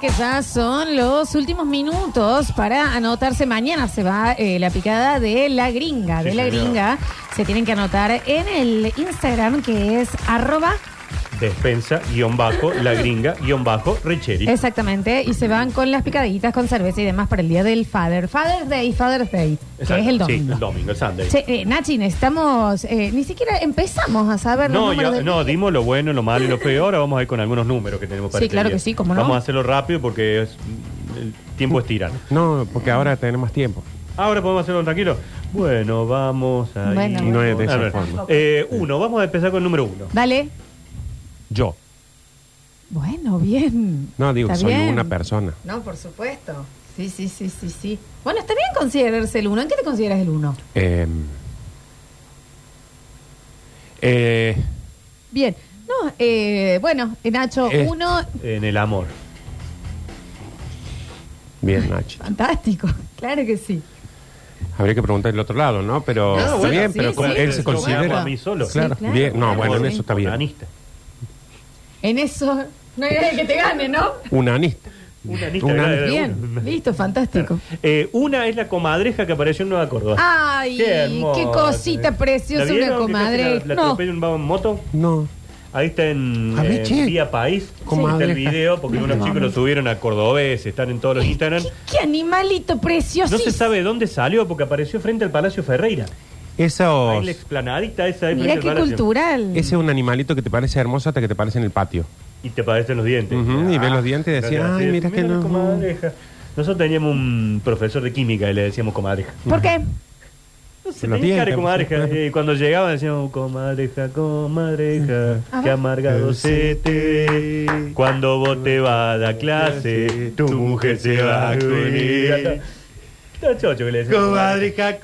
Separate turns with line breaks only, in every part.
que ya son los últimos minutos para anotarse. Mañana se va eh, la picada de la gringa.
Sí,
de la
señor.
gringa. Se tienen que anotar en el Instagram que es arroba
Despensa, guión bajo, la gringa, guión bajo, Richeri.
Exactamente, y se van con las picaditas, con cerveza y demás para el día del Father. Father's Day, Father's Day, que
Exacto,
es el
Sí, el
domingo.
domingo, el Sunday.
Che, eh, Nachi, necesitamos, eh, ni siquiera empezamos a saber los
No,
números
ya-
de-
no, dimos lo bueno, lo malo y lo peor. Ahora vamos a ir con algunos números que tenemos para
Sí,
este
claro
día.
que sí, cómo no.
Vamos a hacerlo rápido porque es- el tiempo es tirano.
No, porque ahora tenemos tiempo.
Ahora podemos hacerlo tranquilo. Bueno, vamos a
Bueno,
ir-
No
es de esa
A ver,
forma.
eh, uno, vamos a empezar con el número uno.
Dale.
Yo.
Bueno, bien.
No, digo,
Está
soy
bien.
una persona.
No, por supuesto. Sí, sí, sí, sí, sí. Bueno, está bien considerarse el uno. ¿En qué te consideras el uno?
Eh, eh,
Bien. No, eh, bueno, eh, Nacho,
Este.
uno,
En el amor.
bien, Nachi.
fantástico, claro que sí.
Habría que preguntar del otro lado, ¿no?
Ah,
Pero
No,
está
bueno,
bien,
sí,
pero
sí,
como
sí,
él
sí,
se
sí,
Yo me amo a
considera.
mí solo.
Sí,
claro.
claro.
Bien, no,
Claro,
bueno, en
sí.
eso está bien.
Unanista.
En eso no hay nadie que te gane, ¿no?
Unanista.
Unanista,
Unanista.
era de uno.
Bien, listo, fantástico.
Eh, una es la comadreja que apareció en Nueva Córdoba.
Ay,
hermosa.
qué cosita preciosa
eh. ¿La
una
vieron? Que
comadre.
casi La, la
No.
atropella un vago en moto.
No.
Ahí está en,
A ver,
eh,
che.
Vía País.
Comadreja.
Está el video porque unos chicos lo subieron a cordobés, están en
Eh,
todos los Instagram.
¿Qué, qué animalito precioso.
No se sabe dónde salió porque apareció frente al Palacio Ferreira. Ahí
Esos,
en la
ese
explanadita esa ahí
Mira
frente
qué
al Palacio.
cultural.
es un animalito que te parece hermoso hasta que te parece en el patio.
Y te padecen los dientes.
Ujú, y ves los dientes y decís,
gracias.
"Ay, mira que
la
no".
comadreja. Nosotros teníamos un profesor de química y le decíamos comadreja.
¿Por qué?
No sé, tenía cara
Los
de
dientes,
comadreja.
claro.
Y cuando llegaba decíamos, comadreja, comadreja,
A
que
ver.
amargado se te. Cuando vos te vas a la clase, tu mujer se va a cubrir. Todo chocho que le decíamos.
Comadreja,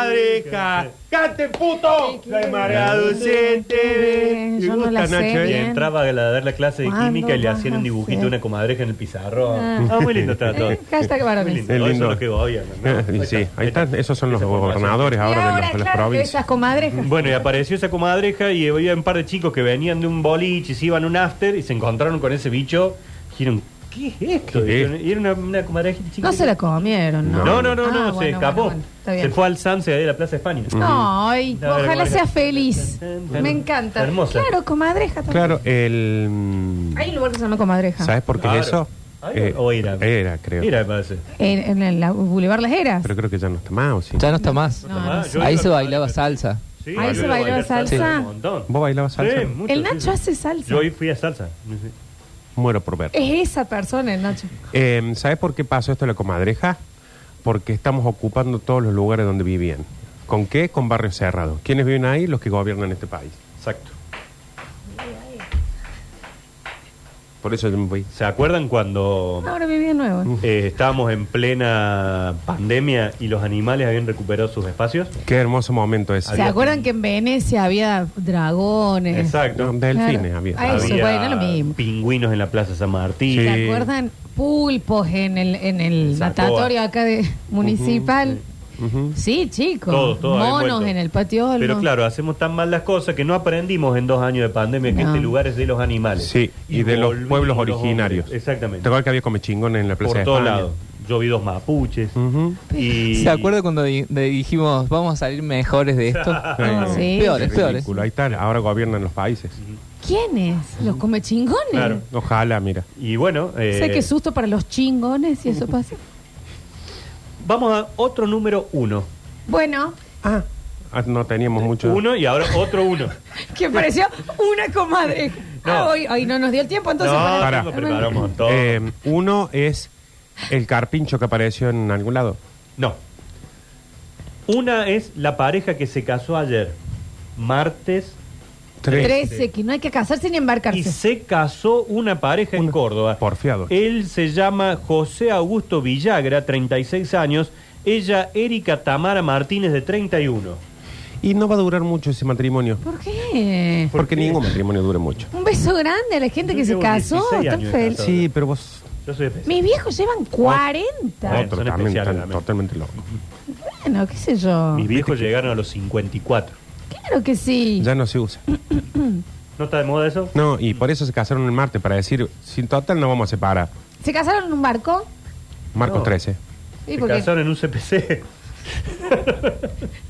comadreja, cante puto.
Que amargado se te ve.
Yo no
gusta,
la sé
Nacho, eh?
Y
bien.
entraba a la- a dar la clase de
¿Cuándo
química y le
vas
hacían
a
un dibujito de
hacer?
una comadreja en el pizarrón.
Ah.
Ah, muy lindo está todo.
Eh, hashtag varones.
Muy lindo.
Qué
Eso es
lindo.
lo que gobiernan, ¿no?
Eh, y sí, ahí están, esos son los
Esa formación.
gobernadores
Y
ahora de, los-
ahora,
de las
claro,
provincias.
esas comadrejas.
Bueno, y apareció esa comadreja y había un par de chicos que venían de un boliche y se iban a un after y se encontraron con ese bicho. Dijeron, ¿qué es esto?
¿Qué es?
Dijeron, Y era una, una comadreja chiquita.
No se la comieron, ¿no?
No, no, no,
Ah,
no, se
bueno,
escapó.
bueno, bueno, está bien.
se fue al Sanse de la Plaza España.
Ay,
No, era
ojalá
comadreja.
sea feliz.
Está
Me encanta.
hermosa.
Claro, comadreja también.
Claro, el. mm,
Hay un lugar que se llama comadreja.
¿Sabes por qué
Claro.
es eso?
Ay,
Eh,
o era.
Era, creo.
Mira, me parece.
En, en el la- Boulevard Las Heras.
Pero creo que ya no está más, ¿o sí?
Ya no está más.
No, no
Ah,
sé.
yo
Ahí
iba
se
a-
bailaba salsa.
Sí,
Ahí
bailaba
se bailó
bailar
salsa.
un montón.
¿Vos bailabas salsa?
Sí, mucho,
El
sí,
Nacho
sí.
hace salsa.
Yo hoy fui a salsa.
Muero por ver.
Es esa persona el Nacho.
Eh, ¿Sabes por qué pasó esto de la comadreja? Porque estamos ocupando todos los lugares donde vivían. ¿Con qué? Con barrios cerrados. ¿Quiénes viven ahí? Los que gobiernan este país.
Exacto.
Por eso yo me voy.
¿Se acuerdan cuando
Ahora viví de nuevo.
eh, estábamos en plena pandemia y los animales habían recuperado sus espacios?
Qué hermoso momento ese.
¿Se
Había-
acuerdan que en Venecia había dragones?
Exacto.
No, delfines
Claro.
había.
Ah, eso,
Había
bueno, lo mismo.
pingüinos en la Plaza San Martín.
¿Se
Sí.
acuerdan? Pulpos en el, en el
Sacoa.
natatorio acá de municipal.
Ujú.
Sí, chicos.
Todos, todos habían
Monos
vuelto.
en el patio. Olmos.
Pero claro, hacemos tan mal las cosas que no aprendimos en dos años de pandemia que
No.
este lugar es de los animales.
Sí, y de los
volvimos
pueblos
hombres.
originarios. ¿Te
Exactamente.
acuerdas que había comechingones en la plaza
Por
de
todos
España? Mm.
lados. Yo vi dos mapuches.
Ujú.
Y...
¿Se acuerda cuando di- de- dijimos, vamos a salir mejores de esto?
Ah, sí.
Peores, peores.
Ridículo, Ahí está, ahora gobiernan los países.
¿Quiénes? ¿Los comechingones?
Claro.
Ojalá, mira.
Y bueno, eh,
Sé que susto para los chingones si eso pasa.
vamos a otro número uno.
Bueno,
Ah, ah, no teníamos mucho.
Uno y ahora otro uno.
que pareció una comadre.
No.
Ah, hoy, hoy no nos dio el tiempo, entonces.
no,
para-
Ah, pará.
tengo preparado un montón.
Eh, uno es el carpincho que apareció en algún lado.
No. Una es la pareja que se casó ayer, martes,
Tres.
13, que no hay que casarse ni embarcarse.
y se casó una pareja en
Una-
Córdoba.
Porfiado.
Él se llama José Augusto Villagra, 36 años. Ella, Erika Tamara Martínez, de 31.
Y no va a durar mucho ese matrimonio.
¿Por qué?
¿Por
porque
qué?
ningún matrimonio dura mucho.
Un beso grande a la gente
Yo
que se
llevo
casó.
16
Tan
años de
feliz.
casado.
Sí, pero vos.
Yo soy de Pesaro.
Mis viejos llevan 40.
Bueno,
Otro
son
también,
especiales
están
también.
totalmente loco.
Bueno, qué sé yo.
Mis viejos llegaron a los 54.
Claro que sí.
Ya no se usa.
¿No está de moda eso?
No, y por eso se casaron el martes, para decir, sin total no vamos a separar.
¿Se casaron en un barco?
Marcos
No.
13.
Sí,
Se
porque-
casaron en un CPC.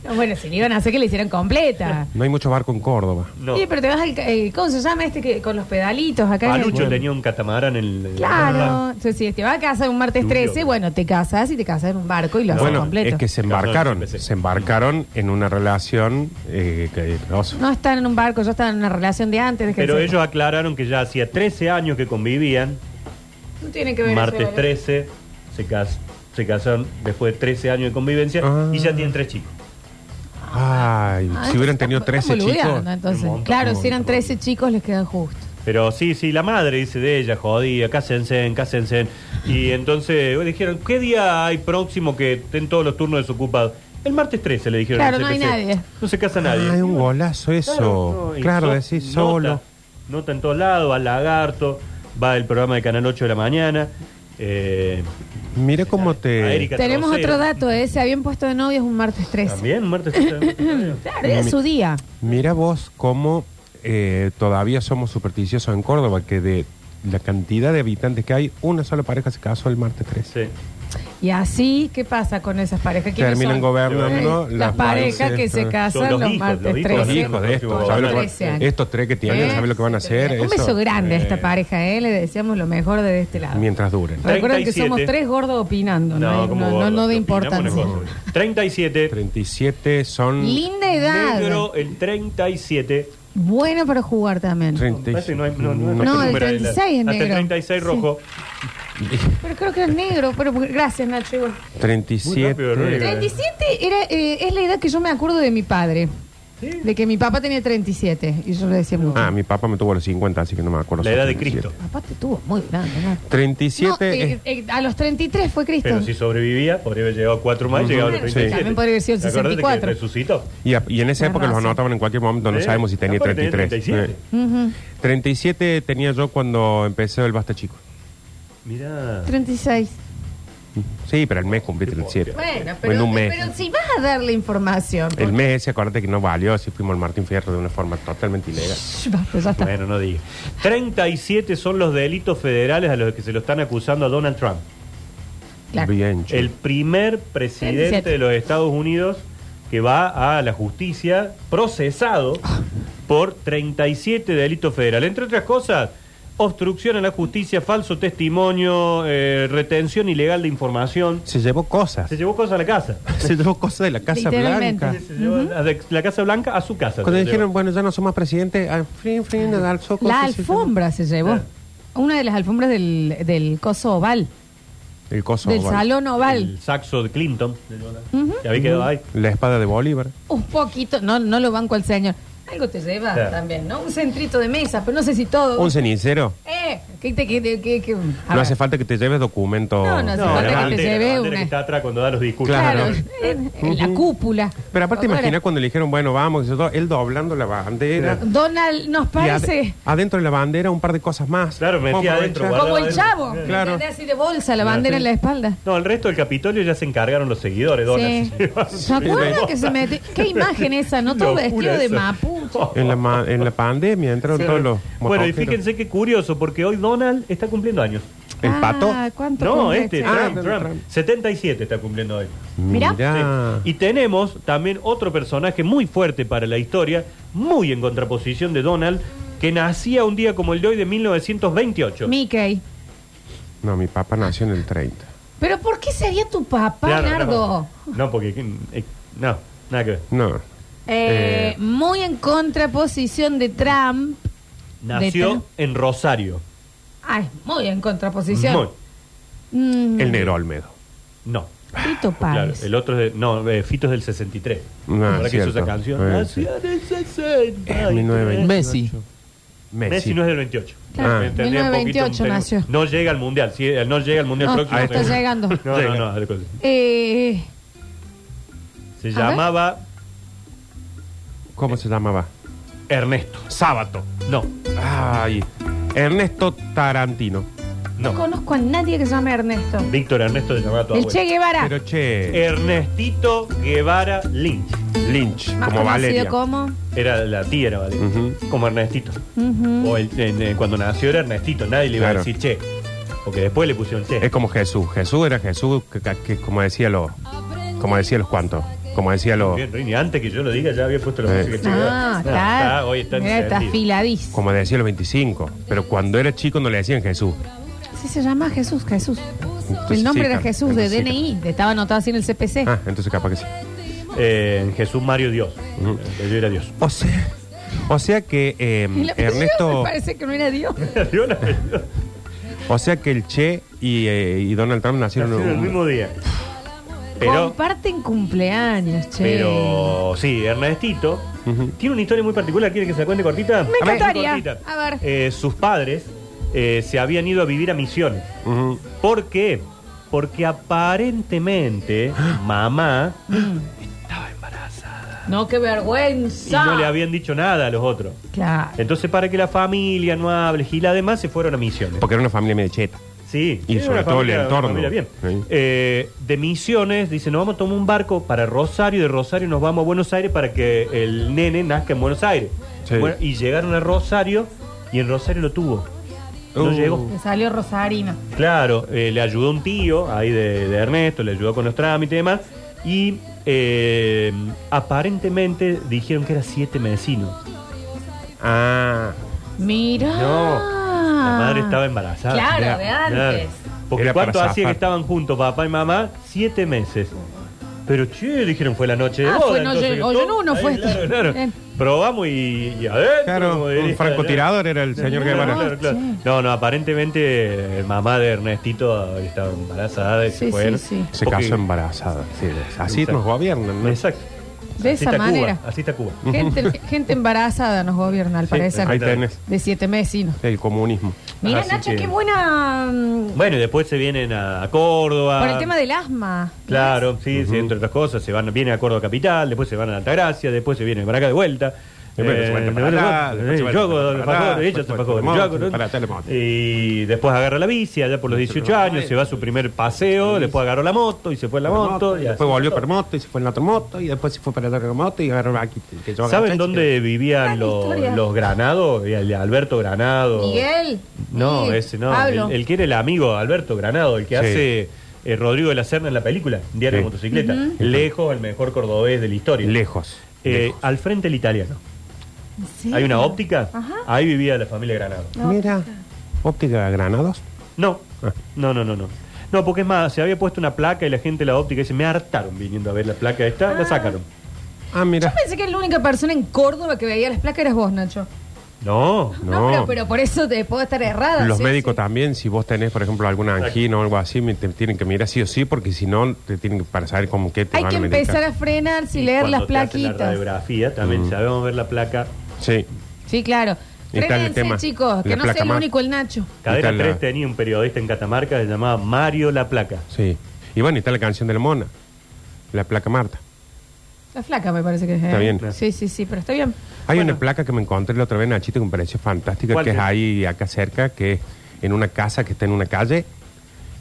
No, bueno, si le iban a hacer que le hicieran completa.
No hay mucho barco en Córdoba.
No.
Sí, pero te vas al. eh, ¿Cómo se llama este que con los pedalitos acá? en el-
Panucho tenía un catamarán en el. en el
Claro,
mar.
entonces si te vas a casar un martes
Julio.
13, bueno, te casas y te casas en un barco y lo haces
bueno,
completo.
es que se
No,
embarcaron,
no, sí, sí.
se embarcaron en una relación eh, que- no,
No están en un barco, yo estaba en una relación de antes. déjense.
Pero ellos aclararon que ya hacía 13 años que convivían.
No tiene que ver
martes
eso,
13, se, cas- se casaron después de 13 años de convivencia
Ah.
y ya tienen tres chicos.
Ay,
Ah,
si hubieran tenido
están- están
13 chicos.
boludeando, entonces.
Un montón,
claro,
un
si eran
montón.
13 chicos les quedan justo.
Pero sí, sí, la madre dice de ella, jodida, cásense, cásense. Y entonces le dijeron, ¿qué día hay próximo que estén todos los turnos desocupados? El martes 13 le dijeron.
Claro,
al
no hay
CPC.
nadie.
No se casa nadie.
Ay, un
Y bueno,
golazo eso.
Claro,
Claro,
no, y so-
decís
nota,
solo.
Nota en todos lados, va al lagarto, va el programa de Canal 8 de la mañana. eh,
Mira cómo
a
te.
Erika
Tenemos
Trocero.
otro dato, ¿eh? Se habían puesto de novios un martes 13.
También, martes 13.
Claro, era su día.
Mira vos cómo eh, todavía somos supersticiosos en Córdoba, que de la cantidad de habitantes que hay, una sola pareja se casó el martes 13.
sí.
Y así, ¿qué pasa con esas parejas? ¿Quiénes
Terminan
son?
gobernando
Eh, las parejas que se casan
Son
los,
los hijos,
martes
los hijos,
Los
13.
hijos de estos, ¿sabes lo que van-
13 años.
estos tres que tienen,
Eh,
¿sabes lo que van a hacer?
Un beso
Eso,
grande a
eh,
esta pareja, ¿eh? Le deseamos lo mejor de este lado.
Mientras duren.
Recuerden que
37.
somos tres gordos opinando, ¿no? No,
como
no,
gordo,
no de
opinamos
importancia.
una cosa. 37.
37 son.
Linda edad.
Negro, el 37.
Bueno para jugar también.
30 y-
Parece que no hay- no- no-
No,
no
el
hay número de la-
36 es
Hasta el
negro.
36 rojo.
Pero creo que es negro. Pero porque- gracias, Nacho. igual.
Muy rápido,
37.
Rodrigo.
37 era, eh, es la edad que yo me acuerdo de mi padre.
Sí.
De que mi papá tenía 37. Y yo le decía mucho.
Ah, mi papá me tuvo a los 50, así que no me acuerdo.
La edad de
37.
Cristo.
Papá te tuvo muy grande, Nacho.
37
No, eh,
es-
eh, a los 33 fue Cristo.
Pero si sobrevivía, podría haber llegado a 4 más y llegaba a los
Bueno,
37.
también podría haber sido el
¿Te acordás de que
64?
resucitó.
y, a- y en esa
Tenés
época los
razón.
anotaban en cualquier momento, no
Eh,
sabemos si tenía
capaz que tenía
33.
37.
Eh,
Ujú.
37 tenía yo cuando empecé el Basta Chico.
Mirá.
36.
Sí, pero el mes cumplí 37.
Bueno,
Fue en
pero,
un mes.
pero si vas a darle información.
El mes ese, acuérdate que no valió, así fuimos al Martín Fierro de una forma totalmente ilegal.
Shh, basta, ya está.
Bueno, no diga. 37 son los delitos federales a los que se lo están acusando a Donald Trump.
Claro.
Bien, che.
El primer presidente
37.
de los Estados Unidos que va a la justicia procesado por 37 delitos federales. Entre otras cosas, obstrucción a la justicia, falso testimonio, eh, retención ilegal de información.
Se llevó cosas.
Se llevó cosas a la casa.
Se llevó cosas de la Casa
Literalmente.
Blanca.
Se llevó a- de la Casa Blanca a su casa.
Cuando
se
dijeron,
llevó.
bueno, ya no somos presidente, ah, frin, frin, alzó cosas,
La
se llevó.
alfombra se llevó.
Claro.
Una de las alfombras del, del coso oval,
El coso.
del
vale.
salón oval.
el saxo de Clinton. Que había quedado ahí.
La espada de Bolívar.
Un poquito, no, no lo banco al señor. Algo te lleva
Claro.
también, ¿no? Un centrito de mesa, pero no sé si todo.
Un cenicero.
Eh, que te- que- que- que- que- a
no
ver.
hace falta que te lleves documento.
No, no hace
No,
falta
la
que te
bandera, la
lleve
bandera
una-
que está atrás cuando da los discursos.
Claro,
Claro.
en- en la
Ujú.
cúpula.
Pero aparte
Ahora,
imagina cuando le dijeron, bueno, vamos, que se todo, él doblando la bandera.
Donald, nos
Y ade-
parece
adentro de la bandera un par de cosas más.
Claro, metí
Vamos a
adentro,
aprovechar.
guardaba
como el
él.
chavo.
Claro.
Claro. así de bolsa la bandera en la espalda.
No, el resto del Capitolio ya se encargaron los seguidores, Donald.
Sí. ¿Se acuerdan que se metió? ¿Qué imagen esa? ¿No todo
Locura
vestido de
eso.
mapuche?
En la, ma- en la pandemia entraron todos los
Bueno, y
motoqueros.
fíjense qué curioso, porque hoy Donald está cumpliendo años.
El pato.
Ah, ¿cuánto
No,
cumple,
este,
che?
Ah,
Trump,
Donald
Trump.
Trump.
77 está cumpliendo hoy.
Mirá.
Mirá.
Sí. Y tenemos también otro personaje muy fuerte para la historia, muy en contraposición de Donald, que nacía un día como el de hoy de 1928.
Mickey.
No, mi papá nació en el 30.
¿Pero por qué sería tu papá,
Claro,
Nardo?
No, no, porque... eh, No, nada que ver.
No.
Eh,
Eh,
muy en contraposición de Trump.
Nació
Trump.
en Rosario.
Ay, muy en contraposición.
Muy.
Mm,
El negro Olmedo.
No.
Fito
Claro,
Páez.
el otro es de, no, eh, Fito es del 63.
Ah,
¿Verdad que hizo
cierto.
esa canción?
Eh,
Nació en el 63.
1920.
Messi.
Messi. Ah.
Messi no es del 28.
Claro,
Me entendía un poquito,
1928
pero
nació.
No llega al mundial, sí, eh, no llega al mundial
No,
próximo.
no está
seguro.
llegando.
No,
Llega.
no, no, no.
Eh,
Se
ver.
llamaba
¿Cómo se llamaba?
Ernesto.
Sábato.
No,
Ay. Ernesto Tarantino.
no
no.
conozco a nadie que se llame Ernesto.
Víctor Ernesto se llamaba tu
El
abuelo.
Che Guevara.
Pero che.
Ernestito Guevara Lynch.
Lynch,
Más
como Valeria.
conocido como.
Era la tía, era Valeria.
Ujú.
Como Ernestito.
Ujú.
O el- en- eh, cuando nació era Ernestito, nadie le iba
Claro.
a decir che. Porque después le pusieron che.
Es como Jesús. Jesús era Jesús, que, que- como decía los, como decía los cuantos, como decía los,
Bien, Rini, antes que yo lo diga ya había puesto la
Sí.
música. che.
Ah,
Ah,
está.
hoy está en
mira, está
sentido.
afiladísimo.
como decía los 25. Pero cuando era chico no le decían Jesús.
Sí, se llama Jesús, Jesús.
Entonces
El nombre
sí,
era
claro.
Jesús de
Entonces sí.
DNI, estaba anotado así en el CPC.
Ah, entonces capaz que sí.
Eh, Jesús Mario Dios. Yo era Dios.
O sea, o sea que eh,
Y la apellido
Ernesto,
Me parece que no era Dios.
Yo la-
o sea que el Che y, eh, y Donald Trump nacieron
nació
un-
el mismo día. Pero,
Comparten cumpleaños, che.
pero sí, Ernestito
Ujú.
tiene una historia muy particular. ¿Quiere que se la cuente cortita?
Me
A ver,
encantaría.
muy cortita.
A ver.
Eh, sus padres eh, se habían ido a vivir a Misiones.
Ujú.
¿Por qué? Porque aparentemente mamá
No, qué
y
vergüenza.
no le habían dicho nada a los otros.
Claro.
Entonces, para que la familia no hable, y además se fueron a misiones.
porque era una familia medio cheta.
Sí,
Y
era
sobre
una
todo el
familia-
entorno.
una familia bien.
Sí.
Eh, de misiones, dice, nos vamos a tomar un barco para Rosario, de Rosario nos vamos a Buenos Aires para que el nene nazca en Buenos Aires.
Sí.
Bueno, y llegaron a Rosario y en Rosario lo tuvo. No
Uh.
llegó.
Le salió Rosarina.
Claro, eh, le ayudó un tío ahí de, de Ernesto, le ayudó con los trámites y demás. Y eh, aparentemente dijeron que era siete medicinos.
Ah,
Mira.
No, La madre estaba embarazada.
Ah. Claro,
Era-
de antes.
claro. Porque
Era para
cuánto hacía
zafar.
que estaban juntos papá y mamá, siete meses. Pero che, dijeron fue la noche de
Ah,
boda.
fue no
entonces,
llegó, yo no, no
ahí,
fue. Eh.
Claro, claro.
Bien.
Probamos y, y adentro.
claro,
como
un
diría,
francotirador era el
claro.
señor
Claro,
Guevara.
claro, claro. No, no, aparentemente eh, mamá de Ernestito estaba embarazada y se
Sí,
fueron.
sí, sí.
Se
Porque-
casó embarazada. sí, así
Exacto.
nos gobiernan, ¿no?
Exacto.
De
Así
esa
está Cuba,
manera.
así está Cuba.
Gente, gente embarazada nos gobierna, al
Sí,
parecer.
Ahí tenés
De siete vecinos.
el comunismo.
Mira,
Así
Nacho,
que-
qué buena. mm,
Bueno, y después se vienen a Córdoba.
Por el tema del asma.
Ah. Claro, sí, sí, entre otras cosas, se van, vienen a Córdoba Capital, después se van a Altagracia, después se vienen para acá de vuelta.
Después
Eh,
se vuelven para
de vuelta,
acá, después
eh,
se vuelven
yo hago
para
los
acá,
alfajores, ellos
después
alfajores,
Telemoto,
yo hago los-
para Telemoto.
Y después agarra la bici allá por los 18 años, se va a su primer paseo, después agarró la moto y se fue en la moto. y así.
después volvió para moto y se fue en la otra moto y después se fue para la otra moto y agarró aquí. que yo agarré
¿Saben
y-
dónde vivían
Gran
los,
historia.
los Granados? El Alberto Granado.
Miguel.
No,
Miguel,
ese no.
Pablo.
El, el que era el amigo Alberto Granado, el que
Sí.
hace eh, Rodrigo de la Serna en la película, Diario
Sí.
de Motocicleta. Lejos, el mejor cordobés de la historia.
Lejos.
Eh,
lejos.
Al frente el italiano.
Sí.
Hay una óptica.
Ajá.
Ahí vivía la familia Granado.
Mira, óptica Granados.
No,
Ah.
no, no, no, no. No, porque es más, se había puesto una placa y la gente de la óptica dice, me hartaron viniendo a ver la placa esta, la sacaron.
Ah, mira.
Yo pensé que la única persona en Córdoba que veía las placas eras vos, Nacho.
No.
No,
No.
pero, pero por eso te puedo estar errada.
Los
sí,
médicos
sí.
también, si vos tenés, por ejemplo, alguna angina o algo así, me- te tienen que mirar sí o sí, porque si no, te tienen que para saber cómo que te
Hay
van
que
a medicar.
empezar a frenar si leer
Cuando
las
te hacen La
plaquitas.
radiografía,
Mm.
también sabemos ver la placa.
Sí.
sí, claro.
Y está el
Frenense,
tema,
chicos, que
la
no
placa
sea el
más.
único el Nacho.
Cadena
Y está la-
3 tenía un periodista en Catamarca que se llamaba Mario La Placa.
Sí. Y bueno, y está la canción de la mona, la placa Marta.
La flaca me parece que es.
Está
eh.
bien.
Sí, sí, sí, pero está bien.
Hay
Bueno.
una placa que me encontré la otra vez, Nachito, que me pareció fantástica,
¿Cuál
que es
es?
ahí acá cerca, que es en una casa que está en una calle,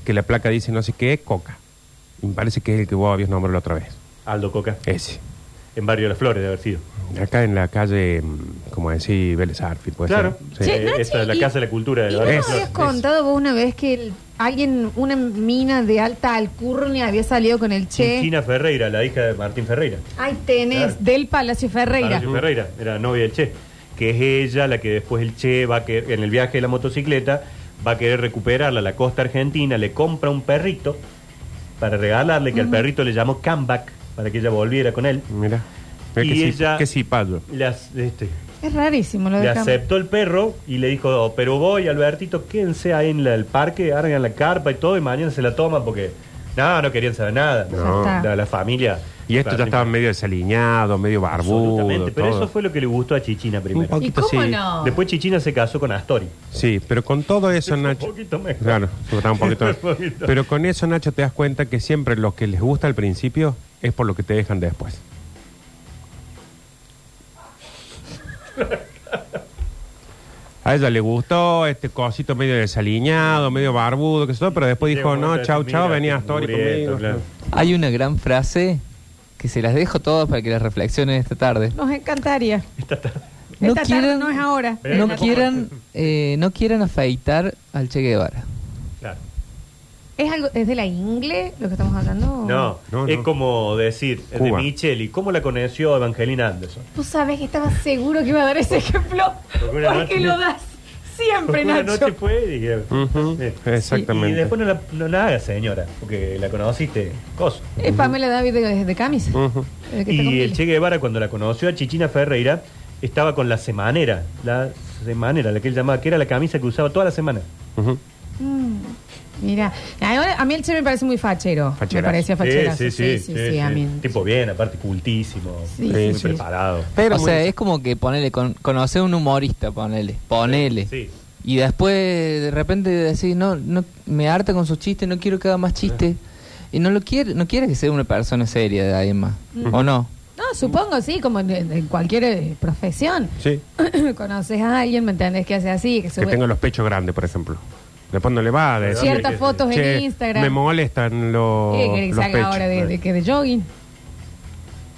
que la placa dice no sé qué, Coca. Y me parece que es el que vos habías nombrado la otra vez.
Aldo Coca.
Ese.
En Barrio de las Flores, de haber sido.
Acá en la calle, mm, como decir, Vélez Arfield, puede
Claro.
ser. Sí.
Che,
Eh,
Nachi,
esa es la
y-
Casa de la Cultura de
¿Y
la
no
Barrio de
me
las
habías
Flores.
contado vos una vez que el- alguien, una mina de alta alcurnia había salido con el Che?
Chinchina Ferreira, la hija de Martín Ferreira.
Ahí tenés,
Claro.
del Palacio Ferreira.
Palacio Ferreira, era novia del Che. Que es ella la que después el Che va a querer, en el viaje de la motocicleta, va a querer recuperarla a la costa argentina, le compra un perrito para regalarle, que al perrito le llamó comeback, para que ella volviera con él.
Mira. Mira
Y
que,
ella-
sí, que sí, Pablo.
Le ac- este,
Es rarísimo lo
le
de Cam-
aceptó el perro y le dijo, "Oh, pero voy, Albertito, quédense ahí en la- el parque, argan la carpa y todo, y mañana se la toman porque no, no querían saber nada.
No. Ya está.
La, la familia.
Y esto ya estaba medio desaliñado, medio barbudo.
Absolutamente, pero
todo.
eso fue lo que le gustó a Chichina
Un
primero.
¿Y
poquito
cómo
sí.
no?
Después Chichina se casó con Astori.
Sí, pero con todo eso,
Un
Nacho.
poquito mejor.
Claro, se notaba un poquito.
Un poquito.
Pero con eso, Nacho, te das cuenta que siempre lo que les gusta al principio es por lo que te dejan después. A ella le gustó este cosito medio desaliñado, medio barbudo, que sé yo, pero después dijo,
Llegó
no,
otra
chau,
vez,
chau,
mira,
venía a
muriendo,
Story conmigo.
claro.
Hay una gran frase que se las dejo todas para que las reflexionen esta tarde.
Nos encantaría.
No
Esta tarde
quieran-
no es ahora.
Pero
No
una
quieran, eh, no quieran afeitar al Che Guevara.
Claro.
¿Es, algo, ¿Es de la ingle lo que estamos hablando?
No,
No,
es
no.
como decir, eh, de
Cuba.
Micheli, ¿cómo la conoció Evangelina Anderson?
Tú sabes que estaba seguro que iba a dar ese ejemplo.
Porque una
Porque
noche-
lo das siempre,
Porque una
Nacho.
noche fue y dije,
Ujú,
sí.
exactamente.
Y, después no la, no la hagas, señora, porque la conociste, cosa.
Es Pamela David de, de camisa.
Ujú.
Eh, que está con
Y el
Mila.
Che Guevara, cuando la conoció a Chichina Ferreira, estaba con la semanera, la semanera, la que él llamaba, que era la camisa que usaba toda la semana.
Ujú.
Mm, Mira, Ahora, a mí el Che me parece muy fachero.
Facherazo.
Me parecía fachero.
sí, sí, sí, sí.
a mí.
Tipo bien, aparte cultísimo,
Sí,
muy
sí, sí.
preparado.
Pero
o
muy-
sea, es como que ponele, con, conocer un humorista, ponele, ponele.
Sí.
Y después de repente decís, no, no, me harta con sus chistes, no quiero que haga más chistes. Y no lo quiere, no quiere que sea una persona seria de alguien más. ¿O no?
No, supongo, sí, como en, en cualquier eh, profesión.
Sí.
Conoces a alguien, ¿me entendés? Que hace así, que
Que
sube
tenga los pechos grandes, por ejemplo. Después no le va a decir.
ciertas
Sí, sí,
fotos
"Che,
en Instagram.
Me molestan los,
¿Qué querés que
los
salga
pechos.
ahora de, de- que de jogging?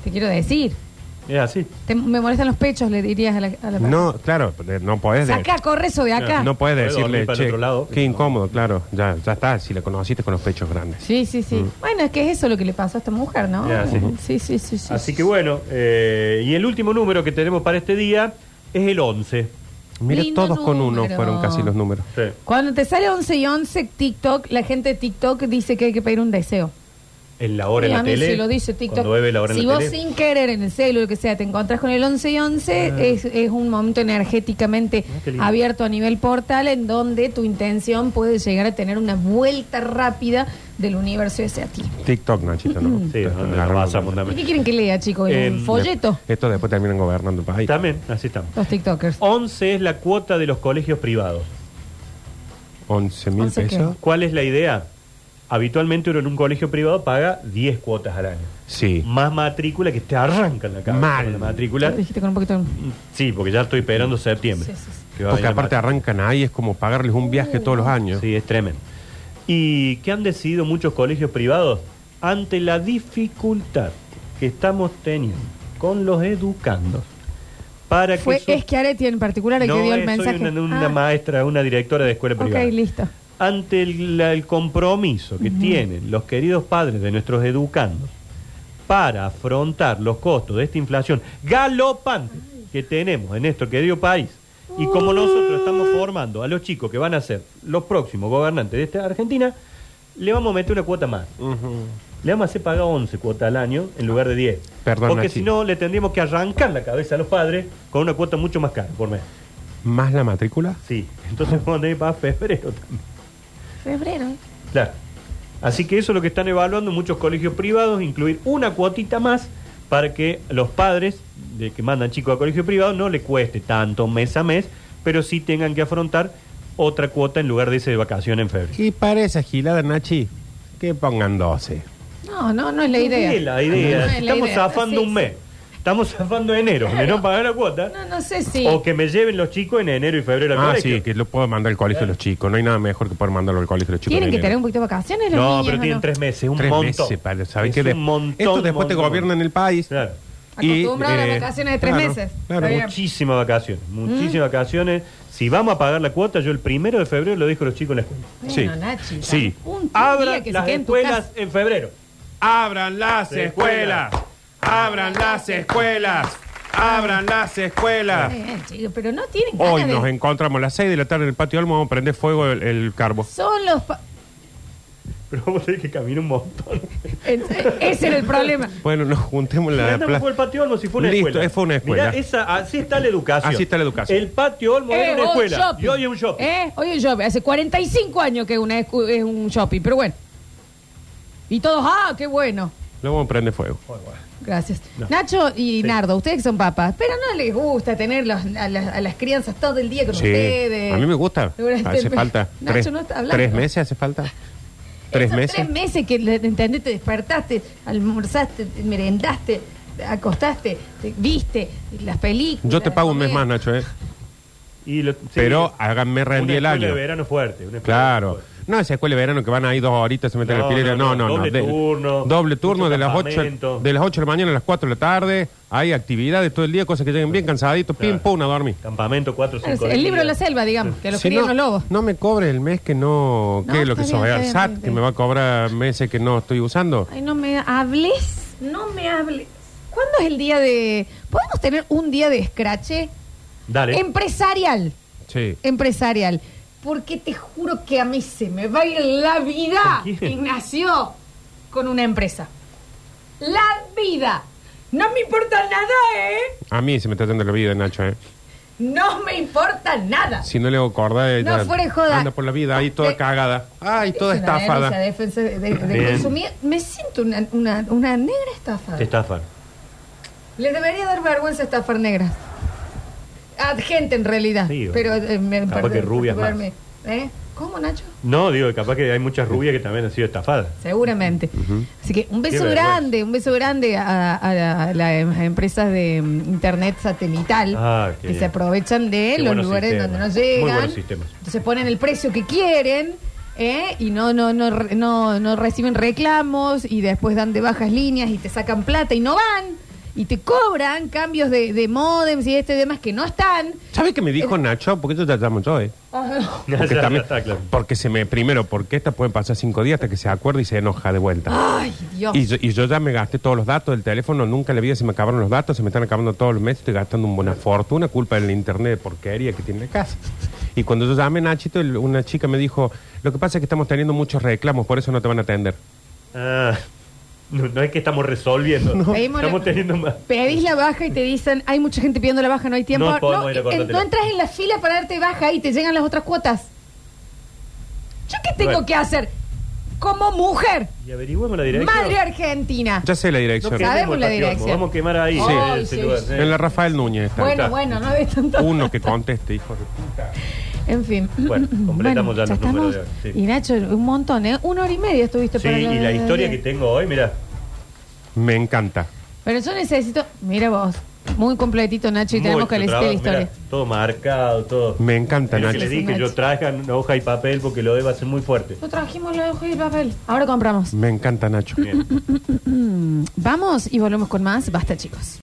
Te quiero decir.
Es así.
Te- me molestan los pechos, le dirías a la, a la
No, claro, de- no podés de-
Saca, corre eso de acá.
No podés
Puedo
decirle,
dormir para el
che,
otro lado.
qué incómodo, claro. Ya, ya está, si la conociste con los pechos grandes.
Sí, sí, sí.
Mm.
Bueno, es que es eso lo que le pasó a esta mujer, ¿no?
Ya, sí.
sí, sí, sí, sí.
Así que bueno, eh, y el último número que tenemos para este día es el 11.
Mira,
Lindo
todos con uno
número.
fueron casi los números.
Sí.
Cuando te sale 11 y 11 TikTok, la gente de TikTok dice que hay que pedir un deseo.
En la hora
Y
en
a
la
mí
tele.
se lo dice TikTok.
Cuando bebe la hora
si
en la
vos
tele.
sin querer en el celu, lo que sea, te encontrás con el 11 y 11, es, es un momento energéticamente
Ah, qué lindo.
abierto a nivel portal en donde tu intención puede llegar a tener una vuelta rápida del universo ese a ti.
TikTok, Nachito, ¿no?
Sí,
Entonces,
donde
agarramos-
la pasamos
¿Y qué
también.
quieren que lea, chicos? ¿En
Eh,
¿Un folleto?
Esto después terminan gobernando el país.
También, así estamos.
Los TikTokers.
Oh, 11 es la cuota de los colegios privados.
11 mil
¿Once qué?
pesos.
¿Cuál es la idea? Habitualmente uno en un colegio privado paga 10 cuotas al año.
Sí.
Más matrícula que te arrancan la cabeza
Mal.
con la matrícula.
Lo dijiste con un poquito de-
Sí, porque ya estoy esperando septiembre.
Sí, sí, sí.
Que va a
Porque
venir
aparte
la matrícula.
arrancan ahí, es como pagarles un viaje todos
Uh.
los años.
Sí, es tremendo. ¿Y qué han decidido muchos colegios privados? Ante la dificultad que estamos teniendo con los educandos para
Fue
que... su-
Schiaretti en particular el
no, eh,
que dio el
soy
mensaje.
una, una
Ah,
maestra, una directora de escuela privada.
ok, listo.
ante el, la- el compromiso que tienen los queridos padres de nuestros educandos para afrontar los costos de esta inflación galopante que tenemos en nuestro querido país. Y como nosotros estamos formando a los chicos que van a ser los próximos gobernantes de esta Argentina, le vamos a meter una cuota más.
Ujú.
Le vamos a hacer pagar 11 cuotas al año en lugar de 10.
Perdón,
Porque
Nachi.
si no, le tendríamos que arrancar la cabeza a los padres con una cuota mucho más cara por mes.
¿Más la matrícula?
Sí, entonces vamos a tener que pagar febrero también.
Febrero.
Claro. Así que eso es lo que están evaluando muchos colegios privados, incluir una cuotita más para que los padres de que mandan chicos a colegio privado no le cueste tanto mes a mes, pero sí tengan que afrontar otra cuota en lugar de ese de vacación en febrero.
Y para esa gilada, Nachi, que pongan 12.
No, no, no es la idea.
Sí, la
No,
idea.
no es la
Estamos
idea.
zafando
Sí,
un mes. Estamos zafando enero, de no pagar la cuota.
No, no sé si.
O que me lleven los chicos en enero y febrero al
Ah,
colegio.
sí, que lo puedo mandar al colegio de los chicos. No hay nada mejor que poder mandarlo al colegio de los chicos.
¿Quieren
en
que
enero.
tengan un poquito de vacaciones los
No,
niños,
pero
o
tienen
no?
tres meses, un
Tres
montón.
meses, padre, ¿sabes
Es
qué? De-
un montón.
Esto después te
montón.
gobiernan el país. eh,
Claro.
Acostumbrado a las vacaciones de tres
claro,
meses.
claro.
Está bien.
Muchísimas vacaciones, muchísimas vacaciones. Si vamos a pagar la cuota, yo el primero de febrero lo dejo a los chicos en la escuela.
Sí.
Bueno, Nachi,
Sí.
un- un día
Abran
que se
las
quede en tu
escuelas
casa.
en febrero.
Abran las
escuelas.
Abran las escuelas. Abran las
Ah.
escuelas.
Está bien, chicos, pero no tienen
Hoy
ganas de-
nos encontramos a las 6 de la tarde en el patio Almo. Vamos a prender fuego el, el carbo.
Son los. pa-
Pero vamos a tener que caminar un montón.
en- Ese era el problema.
Bueno, nos juntemos en
Mirá,
la
no
plaza.
fue el patio Olmo si fue una
Listo,
escuela.
fue una escuela.
Mirá, esa, así está la educación.
Así está la educación.
El patio Olmo
Eh,
era una
hoy
escuela
shopping.
y hoy es un shopping.
Eh, hoy es un shopping. Hace 45 años que una escu- es un shopping, pero bueno. Y todos, ah, qué bueno.
Lo vamos a prender fuego.
Bueno, bueno.
Gracias.
No.
Nacho y
Sí.
Nardo, ustedes que son papas, pero no les gusta tener los- a, las, a las crianzas todo el día con
Sí.
ustedes.
A mí me gusta.
Durante
Hace
el mes.
falta.
Nacho
Tres,
no está hablando.
tres meses hace falta. Tres
Esos
meses.
Tres meses que le- ¿entendés? te despertaste, almorzaste, te merendaste, te acostaste, te viste las películas.
Yo te pago un mes
comida.
más, Nacho, ¿eh?
Y lo- sí,
Pero háganme rendir el
una escuela
año.
de verano fuerte. una escuela de
Claro.
verano fuerte.
No, esa escuela de verano que van ahí dos horitas, se meten
No,
la pilera.
no, no,
No, no, no.
doble
de-
turno,
Doble turno
mucho
de las, 8,
campamento.
de las 8 de la mañana a las 4 de la tarde. Hay actividades todo el día, cosas que lleguen bien cansaditos. Pim,
Claro.
pum, a dormir.
Campamento 4 o 5.
Ah, El libro de la selva, digamos, que lo
Si
querían
no,
los lobos.
no me cobre el mes que no.
No,
¿Qué es lo
está
que soy?
bien,
Al
está
SAT,
bien, está
que me
bien.
va a cobrar meses que no estoy usando.
Ay, no me hables, no me hables. ¿Cuándo es el día de...? ¿Podemos tener un día de escrache?
Dale.
Em- Empresarial,
Sí.
empresarial. Porque te juro que a mí se me va a ir la vida,
¿Con quién?
Ignacio, con una empresa. La vida. No me importa nada, ¿eh?
A mí se me está dando la vida, Nacho, ¿eh?
No me importa nada.
Si no le hago corda,
No,
ella
fuera de joda.
anda por la vida ahí toda
Eh,
cagada. Ay, toda
Es una denuncia de
estafada.
defensa de- de- de
Bien.
consumir. Me siento una, una- una negra estafada.
Te estafan.
Les debería dar vergüenza estafar negras. A gente en realidad.
Sí, o-
pero eh, me
capaz
perdón,
que rubias más.
particularme. ¿Eh? ¿Cómo, Nacho?
No, digo, capaz que hay muchas rubias que también han sido estafadas.
Seguramente. Así que un beso
vergüenza.
grande, un beso grande a, a la- a las em- empresas de mm, internet satelital
Ah, qué
que
bien.
se aprovechan de
Qué
los
buenos
lugares
sistemas.
donde no
Muy
llegan.
buenos sistemas.
Entonces ponen el precio que quieren ¿eh? y no, no, no, re- no, no reciben reclamos y después dan de bajas líneas y te sacan plata y no van y te cobran cambios de, de modems y este y demás que no están.
¿Sabes qué me dijo Nacho? Porque yo te llamo yo, ¿eh?
Ya,
Porque,
ya,
también-
ya está, claro.
porque se me. Primero, porque estas pueden pasar cinco días hasta que se acuerde y se enoja de vuelta.
Ay, Dios.
Y yo, y yo ya me gasté todos los datos del teléfono, nunca en la vida se me acabaron los datos, se me están acabando todos los meses, estoy gastando una buena fortuna, culpa del internet de porquería que tiene la casa. Y cuando yo llamé Nachito, el- una chica me dijo, lo que pasa es que estamos teniendo muchos reclamos, por eso no te van a atender.
Ah, no, no es que estamos resolviendo.
Pedimos la-
Estamos teniendo más.
Pedís la baja y te dicen, hay mucha gente pidiendo la baja, no hay tiempo.
No podemos ir a
en-
cortártela.
no entras en la fila para darte baja y te llegan las otras cuotas. ¿Yo qué tengo
Bueno.
que hacer? Como mujer,
Y averigüemos la dirección.
madre argentina.
Ya sé la
No
dirección.
quememos
Sabemos la
el patriarca,
dirección.
Vamos a quemar ahí.
Sí.
eh,
Ay,
ese
sí,
lugar,
sí.
eh.
En la Rafael Núñez está.
bueno,
está.
bueno, no ves tanto.
Uno que conteste, hijo de puta.
En fin.
Bueno, completamos ya los
estamos.
números de hoy, sí.
Y Nacho, un montón, ¿eh? Una hora y media estuviste
Sí,
para
y la historia que
te...
tengo hoy, mira.
Me encanta.
Pero yo necesito, mira vos, muy completito, Nacho, y tenemos que leer la historia.
todo marcado, todo.
Me encanta,
Es lo que le
Nacho.
dije,
Nacho.
yo traje hoja y papel porque lo debo hacer muy fuerte.
Lo trajimos la hoja y el papel. Ahora compramos.
Me encanta, Nacho.
Bien.
Vamos y volvemos con más. Basta, chicos.